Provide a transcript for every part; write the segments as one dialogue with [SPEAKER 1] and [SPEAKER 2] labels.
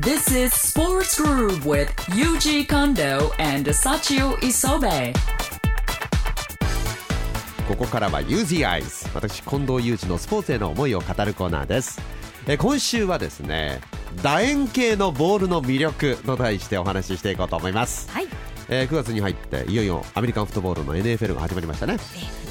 [SPEAKER 1] This is Sports Groove with Yuji Kondo and Sachio Isobe.
[SPEAKER 2] ここからは Use the Eyes 私近藤裕二のスポーツへの思いを語るコーナーですえー今週はですね楕円形のボールの魅力と題してお話ししていこうと思います、
[SPEAKER 3] はい。
[SPEAKER 2] えー9月に入っていよいよアメリカンフットボールの NFL が始まりましたね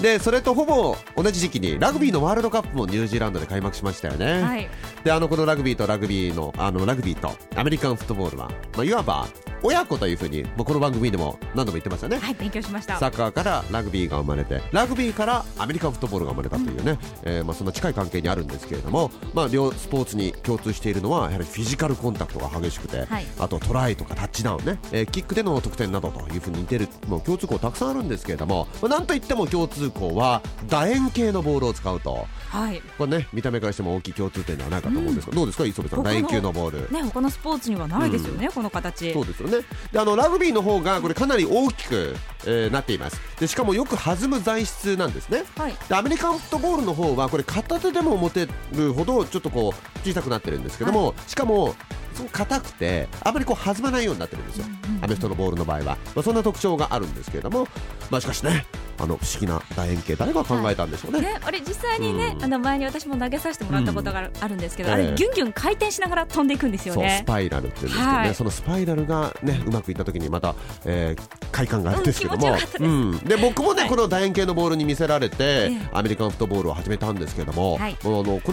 [SPEAKER 2] でそれとほぼ同じ時期にラグビーのワールドカップもニュージーランドで開幕しましたよね、
[SPEAKER 3] はい。
[SPEAKER 2] であのこのラグビーとラグビーのあのラグビーとアメリカンフットボールは、まあ、いわば親子というふうにもうこの番組でも何度も言ってますよね、
[SPEAKER 3] はい、勉強しました。
[SPEAKER 2] サッカーからラグビーが生まれてラグビーからアメリカンフットボールが生まれたというね、えーまあ、そんな近い関係にあるんですけれども、まあ、両スポーツに共通しているのはやはりフィジカルコンタクトが激しくて、
[SPEAKER 3] はい
[SPEAKER 2] あとトライとかタッチダウンね、えーキックでの得点などというふうに似てるもう共通項たくさんあるんですけれども、まあ、なんといっても共通項は楕円形のボールを使うと。
[SPEAKER 3] はい。
[SPEAKER 2] これね見た目からしても大きい共通点ではないかと思うんですが、どうですか磯部さん
[SPEAKER 3] 他
[SPEAKER 2] 楕円
[SPEAKER 3] の
[SPEAKER 2] 球のボール、
[SPEAKER 3] ね、他のスポーツにはないですよね、この形。
[SPEAKER 2] そうですよねであのラグビーの方がこれかなり大きく、えーなっていますでしかもよく弾む材質なんですね
[SPEAKER 3] はい。
[SPEAKER 2] でアメリカンフットボールの方はこれ片手でも持てるほどちょっとこう小さくなってるんですけども、しかもすごく硬くてあまりこう弾まないようになってるんですよ、アメフトのボールの場合は、まあ、そんな特徴があるんですけれども、まあ、しかしねあの不思議な楕円形誰が考えたんでしょうね、
[SPEAKER 3] ね、あれ実際にね、
[SPEAKER 2] うん
[SPEAKER 3] あの前に私も投げさせてもらったことがあるあるんですけど、
[SPEAKER 2] ええ
[SPEAKER 3] あれギュンギュン回転しながら飛んでいくんですよ
[SPEAKER 2] そうス
[SPEAKER 3] ね。
[SPEAKER 2] パイラルっていうんですけどね、
[SPEAKER 3] はい
[SPEAKER 2] そのスパイラルがねうまくいった時にまた、えー快感があるんですけども、
[SPEAKER 3] うん気持ちよかったで
[SPEAKER 2] う
[SPEAKER 3] す
[SPEAKER 2] んで僕もね、この楕円形のボールに見せられて、
[SPEAKER 3] ええ
[SPEAKER 2] アメリカンフットボールを始めたんですけども、
[SPEAKER 3] はい
[SPEAKER 2] あのこ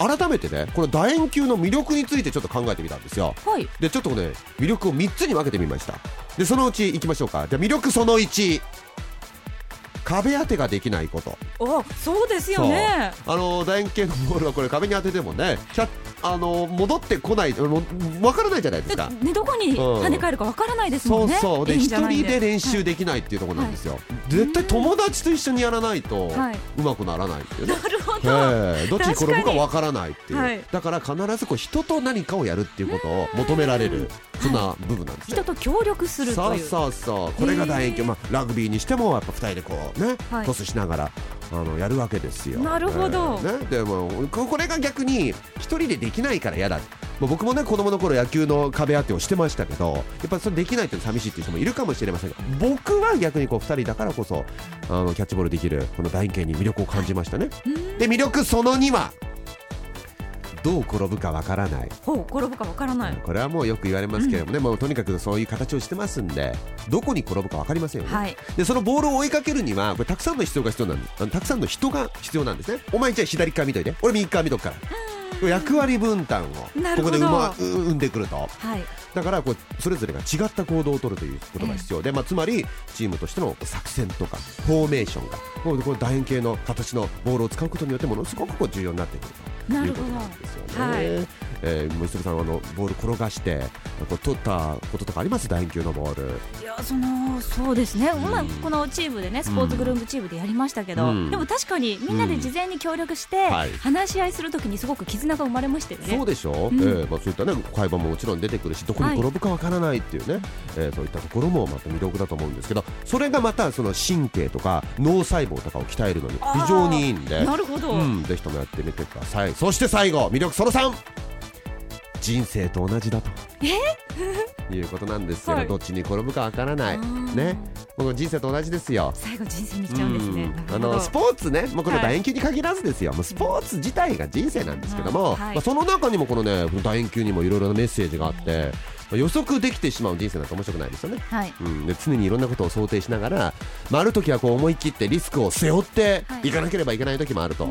[SPEAKER 2] の改めてねこの楕円球の魅力についてちょっと考えてみたんですよ
[SPEAKER 3] はい。
[SPEAKER 2] でちょっとね魅力を3つに分けてみましたでそのうちいきましょうかじゃあ魅力その1壁当てができないこと
[SPEAKER 3] お、そうですよね。
[SPEAKER 2] そうあの楕円形のボールはこれ壁に当ててもねキャッあの戻ってこないもわからないじゃないです
[SPEAKER 3] だ
[SPEAKER 2] か
[SPEAKER 3] ね、どこに跳ね返るかわからないですもんね。
[SPEAKER 2] そうそうで
[SPEAKER 3] いいん
[SPEAKER 2] 一
[SPEAKER 3] じゃない
[SPEAKER 2] 人で練
[SPEAKER 3] は
[SPEAKER 2] 習できないっていうところなんですよ、絶対友達と一緒にやらないと
[SPEAKER 3] はいう
[SPEAKER 2] まくならないっていうね、
[SPEAKER 3] いなるほど。
[SPEAKER 2] ええどっちに転ぶかわからないっていう、
[SPEAKER 3] 確かにはい
[SPEAKER 2] だから必ずこう人と何かをやるっていうことを求められるそんな部分なんですよ、
[SPEAKER 3] 人と協力すると
[SPEAKER 2] そう
[SPEAKER 3] いう。
[SPEAKER 2] そうそうこれが大影響、
[SPEAKER 3] へー
[SPEAKER 2] まあ、ラグビーにしてもやっぱ2人でこうね、
[SPEAKER 3] はい
[SPEAKER 2] トスしながらあのやるわけですよ
[SPEAKER 3] なるほど
[SPEAKER 2] ねねでもここれが逆に1人でできないから嫌だもう僕もね子供の頃野球の壁当てをしてましたけどやっぱそれできないって寂しいっていう人もいるかもしれませんが僕は逆にこう2人だからこそあのキャッチボールできるこの楕円形に魅力を感じましたねで魅力その2はどう転ぶかわからない
[SPEAKER 3] ほう、転ぶかわからない。
[SPEAKER 2] これはもうよく言われますけれどもね、もうとにかくそういう形をしてますんでどこに転ぶか分かりませんよね、
[SPEAKER 3] はい
[SPEAKER 2] でそのボールを追いかけるにはこれたくさんの必要が必要なんですあのたくさんの人が必要なんですねお前じゃあ左側見といて俺右側見とくからこれ役割分担をこ
[SPEAKER 3] なる
[SPEAKER 2] こ
[SPEAKER 3] ほど
[SPEAKER 2] で生ま生んでくると
[SPEAKER 3] はい。
[SPEAKER 2] だからこうそれぞれが違った行動を取るということが必要で、まあ、つまりチームとしての作戦とかフォーメーションがこうこの楕円形の形のボールを使うことによってものすごくこう重要になってくるということなんですよね。
[SPEAKER 3] なるほどはい
[SPEAKER 2] えー、もう一部さんはあのボール転がしてこう取ったこととかあります楕円球のボール。
[SPEAKER 3] いやそのそうですね、
[SPEAKER 2] ん
[SPEAKER 3] まあ、このチームでねスポーツグループチームでやりましたけど、
[SPEAKER 2] うん
[SPEAKER 3] でも確かにみんなで事前に協力して、
[SPEAKER 2] んはい
[SPEAKER 3] 話し合いするときにすごく絆が生まれましたよね。
[SPEAKER 2] そうでしょう、
[SPEAKER 3] ん
[SPEAKER 2] えーまあ、そういった、ね、会話ももちろん出てくるしどこに転ぶかわからないっていうね、えーそういったところもまた魅力だと思うんですけどそれがまたその神経とか脳細胞とかを鍛えるのに非常にいいんで
[SPEAKER 3] なるほど、
[SPEAKER 2] うん、ぜひともやってみてくださいそして最後魅力その3人生と同じだと いうことなんですよ、
[SPEAKER 3] はい
[SPEAKER 2] どっちに転ぶかわからない
[SPEAKER 3] あー
[SPEAKER 2] ね僕の人生と同じですよ
[SPEAKER 3] 最後人生にしちゃうんですね。
[SPEAKER 2] うんあ
[SPEAKER 3] なるほ
[SPEAKER 2] の
[SPEAKER 3] ど
[SPEAKER 2] スポーツね、もうこれ
[SPEAKER 3] はい
[SPEAKER 2] 楕円球に限らずですよ、もうスポーツ自体が人生なんですけども、
[SPEAKER 3] うんは
[SPEAKER 2] ま
[SPEAKER 3] い
[SPEAKER 2] あ、その中にもこのねこの楕円球にもいろいろなメッセージがあって、まあ予測できてしまう人生なんて面白くないですよね。
[SPEAKER 3] はい
[SPEAKER 2] うん、で常にいろんなことを想定しながら、まあ、ある時はこう思い切ってリスクを背負って
[SPEAKER 3] はい
[SPEAKER 2] いかなければいけない時もあると、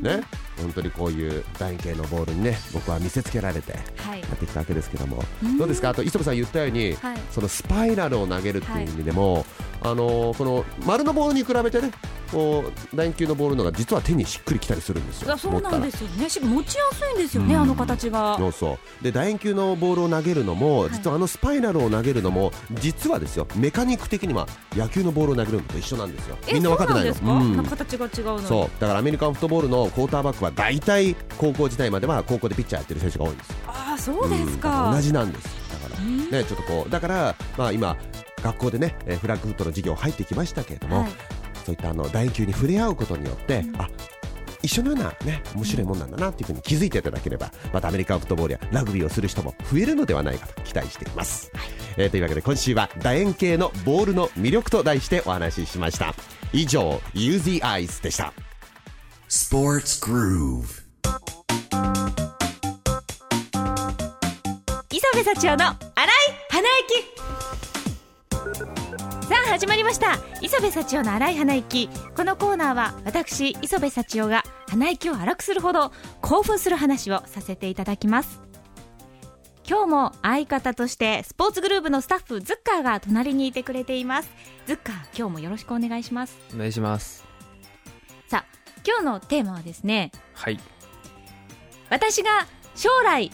[SPEAKER 2] ね、本当にこういう楕円形のボールにね僕は見せつけられてや
[SPEAKER 3] はい
[SPEAKER 2] ってきたわけですけどもどうですかあと磯部さん言ったように、
[SPEAKER 3] はい
[SPEAKER 2] そのスパイラルを投げるっていう意味でも、あのーこの丸のボールに比べてねこう楕円球のボールの方が実は手にしっくりきたりするんです
[SPEAKER 3] いや
[SPEAKER 2] よ。
[SPEAKER 3] そうなんですよねし持ちやすいんですよね、
[SPEAKER 2] うん
[SPEAKER 3] あの形が
[SPEAKER 2] そうそうで楕円球のボールを投げるのも、
[SPEAKER 3] い
[SPEAKER 2] 実はあのスパイラルを投げるのも実はですよメカニック的には野球のボールを投げるのと一緒なんですよ
[SPEAKER 3] え
[SPEAKER 2] みんな分かってないの
[SPEAKER 3] そうなんですか、
[SPEAKER 2] うん
[SPEAKER 3] 形が違うのに
[SPEAKER 2] そうだからアメリカンフットボールのクォーターバックは大体高校時代までは高校でピッチャーやってる選手が多いんですよ
[SPEAKER 3] ああそうです
[SPEAKER 2] うんだ
[SPEAKER 3] か、
[SPEAKER 2] ら同じなんですだからねちょっとこうだからまあ今学校でねえーフラッグフットの授業入ってきましたけれども、
[SPEAKER 3] はい
[SPEAKER 2] そういったあの楕円球に触れ合うことによって、あ一緒のような、ね、面白いもんなんだなというふうに気づいていただければまたアメリカンフットボールやラグビーをする人も増えるのではないかと期待しています、えーというわけで今週は楕円形のボールの魅力と題してお話ししました以上 Use the Eyes でした
[SPEAKER 4] Sports Groove.
[SPEAKER 3] 磯部社長の新井花行さあ始まりました磯部社長の新井花行このコーナーは私磯部社長が花行を荒くするほど興奮する話をさせていただきます今日も相方としてスポーツグループのスタッフズッカーが隣にいてくれていますズッカー今日もよろしくお願いします
[SPEAKER 5] お願いします
[SPEAKER 3] さあ今日のテーマはですね
[SPEAKER 5] はい
[SPEAKER 3] 私が将来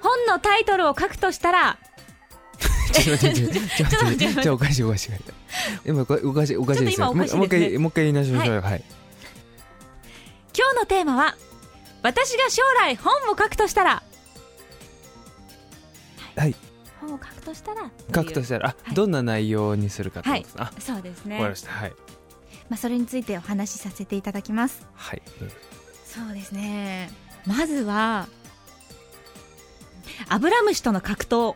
[SPEAKER 3] 本のタイトルを書くとしたら
[SPEAKER 5] ちょっと待ってちょっと待ってちょっと待ってちょっとおかしいおかしい今これおかしいおかしいです
[SPEAKER 3] ちょっと
[SPEAKER 5] よ
[SPEAKER 3] 今おかしいですね
[SPEAKER 5] もうもう一回もう一回言い直しましょうよはい
[SPEAKER 3] 今日のテーマは私が将来本を書くとしたら
[SPEAKER 5] はい
[SPEAKER 3] 本を書くとしたらっていう
[SPEAKER 5] 書くとしたら
[SPEAKER 3] は
[SPEAKER 5] あ
[SPEAKER 3] い
[SPEAKER 5] どんな内容にするかと
[SPEAKER 3] はい
[SPEAKER 5] あ
[SPEAKER 3] そうですね
[SPEAKER 5] わかりましたはい
[SPEAKER 3] まあそれについてお話しさせていただきます
[SPEAKER 5] はい
[SPEAKER 3] そうですねまずはアブラムシとの格闘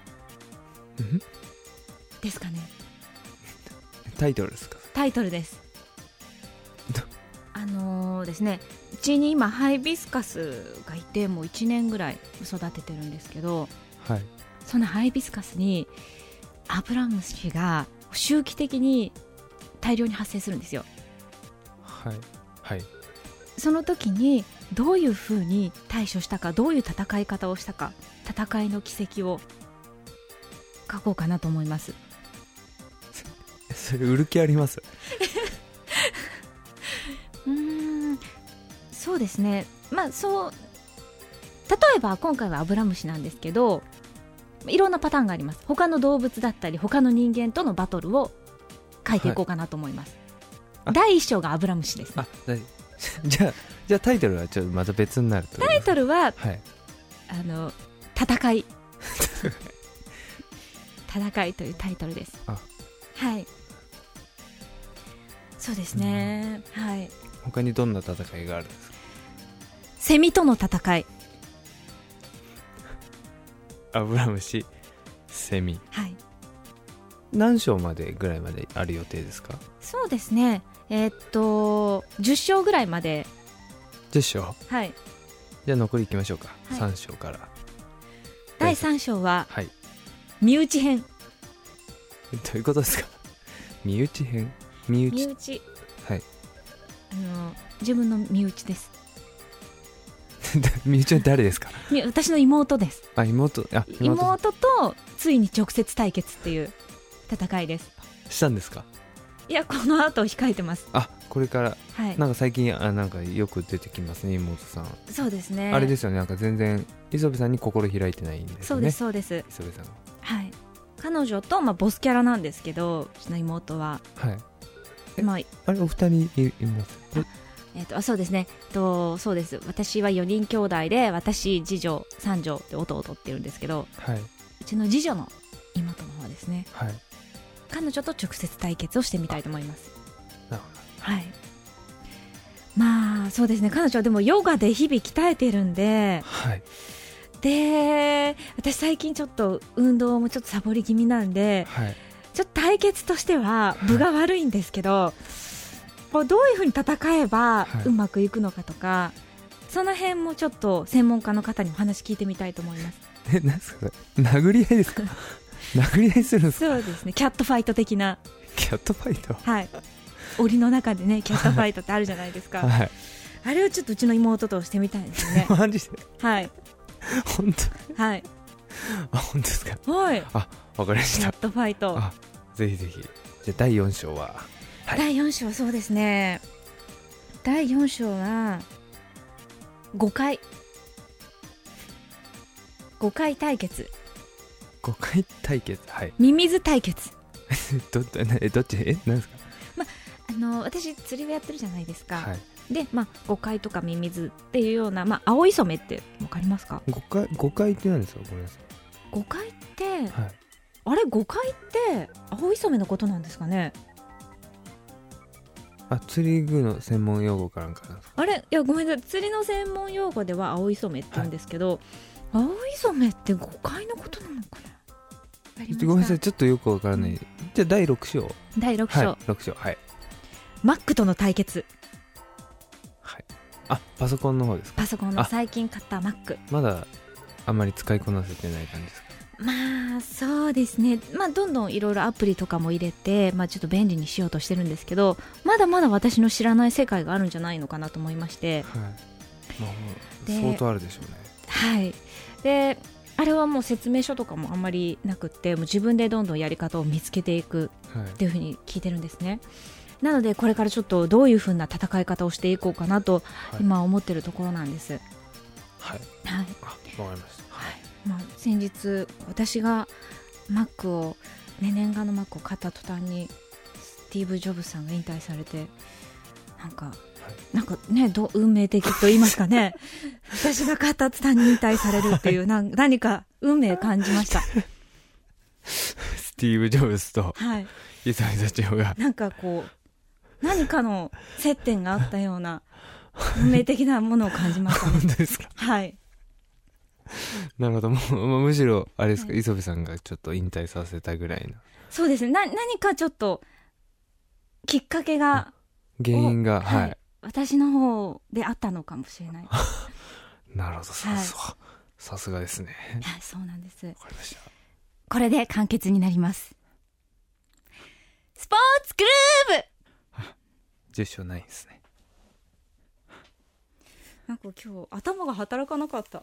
[SPEAKER 5] うん
[SPEAKER 3] ですかね
[SPEAKER 5] タイトルですか
[SPEAKER 3] タイトルです
[SPEAKER 5] ど
[SPEAKER 3] あのーですねうちに今ハイビスカスがいてもう1年ぐらい育ててるんですけど
[SPEAKER 5] はい
[SPEAKER 3] そのハイビスカスにアブラムシが周期的に大量に発生するんですよ
[SPEAKER 5] はいはい
[SPEAKER 3] その時にどういうふうに対処したかどういう戦い方をしたか戦いの軌跡を書こうかなと思います
[SPEAKER 5] それ売る気あります
[SPEAKER 3] うーんそうですねまあそう例えば今回はアブラムシなんですけどいろんなパターンがあります他の動物だったり他の人間とのバトルを書いていこうかなと思います、
[SPEAKER 5] あ
[SPEAKER 3] 第一章がアブラムシですね
[SPEAKER 5] あ大丈夫 じゃあじゃあタイトルはちょっとまた別になるとタ
[SPEAKER 3] タイトルは
[SPEAKER 5] はい
[SPEAKER 3] あの戦 い戦いというタイトルです
[SPEAKER 5] あ
[SPEAKER 3] はいそうですね、はい
[SPEAKER 5] 他にどんな戦いがあるんですか
[SPEAKER 3] セミとの戦い
[SPEAKER 5] アブラムシセミ
[SPEAKER 3] はい
[SPEAKER 5] 何章までぐらいまである予定ですか
[SPEAKER 3] そうですねえーっと10章ぐらいまで
[SPEAKER 5] 10章
[SPEAKER 3] はい
[SPEAKER 5] じゃあ残りいきましょうか、
[SPEAKER 3] はい
[SPEAKER 5] 三3章から
[SPEAKER 3] 第3章は
[SPEAKER 5] はい
[SPEAKER 3] 身内編
[SPEAKER 5] どういうことですか 身内編身内
[SPEAKER 3] 身内
[SPEAKER 5] はい
[SPEAKER 3] あの自分の身内です
[SPEAKER 5] 身内は誰ですか
[SPEAKER 3] み私の妹です
[SPEAKER 5] あ妹あ
[SPEAKER 3] 妹とついに直接対決っていう戦いです
[SPEAKER 5] したんですか
[SPEAKER 3] いやこの後控えてます
[SPEAKER 5] あこれから
[SPEAKER 3] はい
[SPEAKER 5] なんか最近あなんかよく出てきますね妹さん、
[SPEAKER 3] そうですね
[SPEAKER 5] あれですよねなんか全然磯部さんに心開いてないんです
[SPEAKER 3] そ
[SPEAKER 5] よ
[SPEAKER 3] うで
[SPEAKER 5] ね
[SPEAKER 3] すそうです、
[SPEAKER 5] 磯部さんは
[SPEAKER 3] はい彼女と、まあ、ボスキャラなんですけどうちの妹は、
[SPEAKER 5] はいえ
[SPEAKER 3] まあえ
[SPEAKER 5] あれお二人いいます
[SPEAKER 3] っとあそうですね、えっと、そうです私は4人兄弟で私次女三女で弟っていうんですけど
[SPEAKER 5] はいう
[SPEAKER 3] ちの次女の妹の方ですね
[SPEAKER 5] はい
[SPEAKER 3] 彼女と直接対決をしてみたいと思います
[SPEAKER 5] なる
[SPEAKER 3] はいまあそうですね彼女はでもヨガで日々鍛えてるんで
[SPEAKER 5] ほどはい
[SPEAKER 3] で私最近ちょっと運動もちょっとサボり気味なんで
[SPEAKER 5] はい
[SPEAKER 3] ちょっと対決としては分が悪いんですけど、こうどういうふうに戦えば
[SPEAKER 5] はいう
[SPEAKER 3] まくいくのかとか、その辺もちょっと専門家の方にお話聞いてみたいと思います。
[SPEAKER 5] え何ですかそれ殴り合 いですか殴り合いするんですか
[SPEAKER 3] そうですね、キャットファイト的な、
[SPEAKER 5] キャットファイト
[SPEAKER 3] はい、檻の中でね、キャットファイトってあるじゃないですか。
[SPEAKER 5] はい。
[SPEAKER 3] あれをちょっとうちの妹としてみたいですね
[SPEAKER 5] マジで
[SPEAKER 3] はい、
[SPEAKER 5] 本当
[SPEAKER 3] はい、
[SPEAKER 5] あ本当ですか
[SPEAKER 3] はい、
[SPEAKER 5] わかりま
[SPEAKER 3] キ
[SPEAKER 5] し
[SPEAKER 3] ャ
[SPEAKER 5] た
[SPEAKER 3] ットファイト。
[SPEAKER 5] あぜひぜひじゃあ第4章ははい
[SPEAKER 3] 第4章、そうですね。第4章は5回5回対決
[SPEAKER 5] 5回対決はい
[SPEAKER 3] ミミズ対決
[SPEAKER 5] どなえどっちえなんですか
[SPEAKER 3] あの私釣りをやってるじゃないですか、
[SPEAKER 5] はい
[SPEAKER 3] で、まあ、誤解とかミミズっていうような、まあ、青い染めってわかりますか
[SPEAKER 5] 5回5回ってなんですかごめんなさ
[SPEAKER 3] 誤解って
[SPEAKER 5] いはい
[SPEAKER 3] あれ誤解って青い染めのことなんですかね
[SPEAKER 5] あ釣り具の専門用語かなんかなんですか
[SPEAKER 3] あれいやごめんなさい釣りの専門用語では青磯目って言うんですけど、青磯目って誤解のことなのかなわかりました
[SPEAKER 5] ごめんなさいちょっとよくわからない、じゃあ第6章
[SPEAKER 3] 第6章、
[SPEAKER 5] はい6章はい
[SPEAKER 3] マックとの対決
[SPEAKER 5] あパソコンの方ですか
[SPEAKER 3] パソコンの
[SPEAKER 5] あ
[SPEAKER 3] 最近買ったマック
[SPEAKER 5] まだあんまり使いこなせてない感じですか
[SPEAKER 3] まあそうですねまあどんどんいろいろアプリとかも入れてまあちょっと便利にしようとしてるんですけどまだまだ私の知らない世界があるんじゃないのかなと思いまして
[SPEAKER 5] はい、まあ
[SPEAKER 3] で
[SPEAKER 5] 相当あるでしょうね
[SPEAKER 3] はいであれはもう説明書とかもあんまりなくってもう自分でどんどんやり方を見つけていく
[SPEAKER 5] は
[SPEAKER 3] っ
[SPEAKER 5] い
[SPEAKER 3] ていうふうに聞いてるんですねなのでこれからちょっとどういうふうな戦い方をしていこうかなと
[SPEAKER 5] はい
[SPEAKER 3] 今思ってるところなんです、
[SPEAKER 5] はい
[SPEAKER 3] はい
[SPEAKER 5] あわかりました
[SPEAKER 3] まあ、先日私がマックをね念願のマックを買った途端にスティーブ・ジョブズさんが引退されてなんか、なんかねどう運命的と言いますかね 私が買った途端に引退されるっていう、なん何か運命感じました
[SPEAKER 5] スティーブ・ジョブズと
[SPEAKER 3] はい
[SPEAKER 5] 伊沢社長が
[SPEAKER 3] なんかこう何かの接点があったような運命的なものを感じましたね
[SPEAKER 5] 本当ですか
[SPEAKER 3] はい
[SPEAKER 5] なるほどもう もうむしろあれですか、
[SPEAKER 3] はい
[SPEAKER 5] 磯部さんがちょっと引退させたぐらいの
[SPEAKER 3] そうですねな何かちょっときっかけが
[SPEAKER 5] 原因が
[SPEAKER 3] お
[SPEAKER 5] はい、
[SPEAKER 3] はい私の方であったのかもしれない。は
[SPEAKER 5] なるほど
[SPEAKER 3] は
[SPEAKER 5] さ
[SPEAKER 3] い
[SPEAKER 5] すが、さすがですね
[SPEAKER 3] い、そうなんです。
[SPEAKER 5] わかりました
[SPEAKER 3] これで完結になります。スポーツグルーブ
[SPEAKER 5] 10章ないんですね
[SPEAKER 3] なんか今日頭が働かなかった。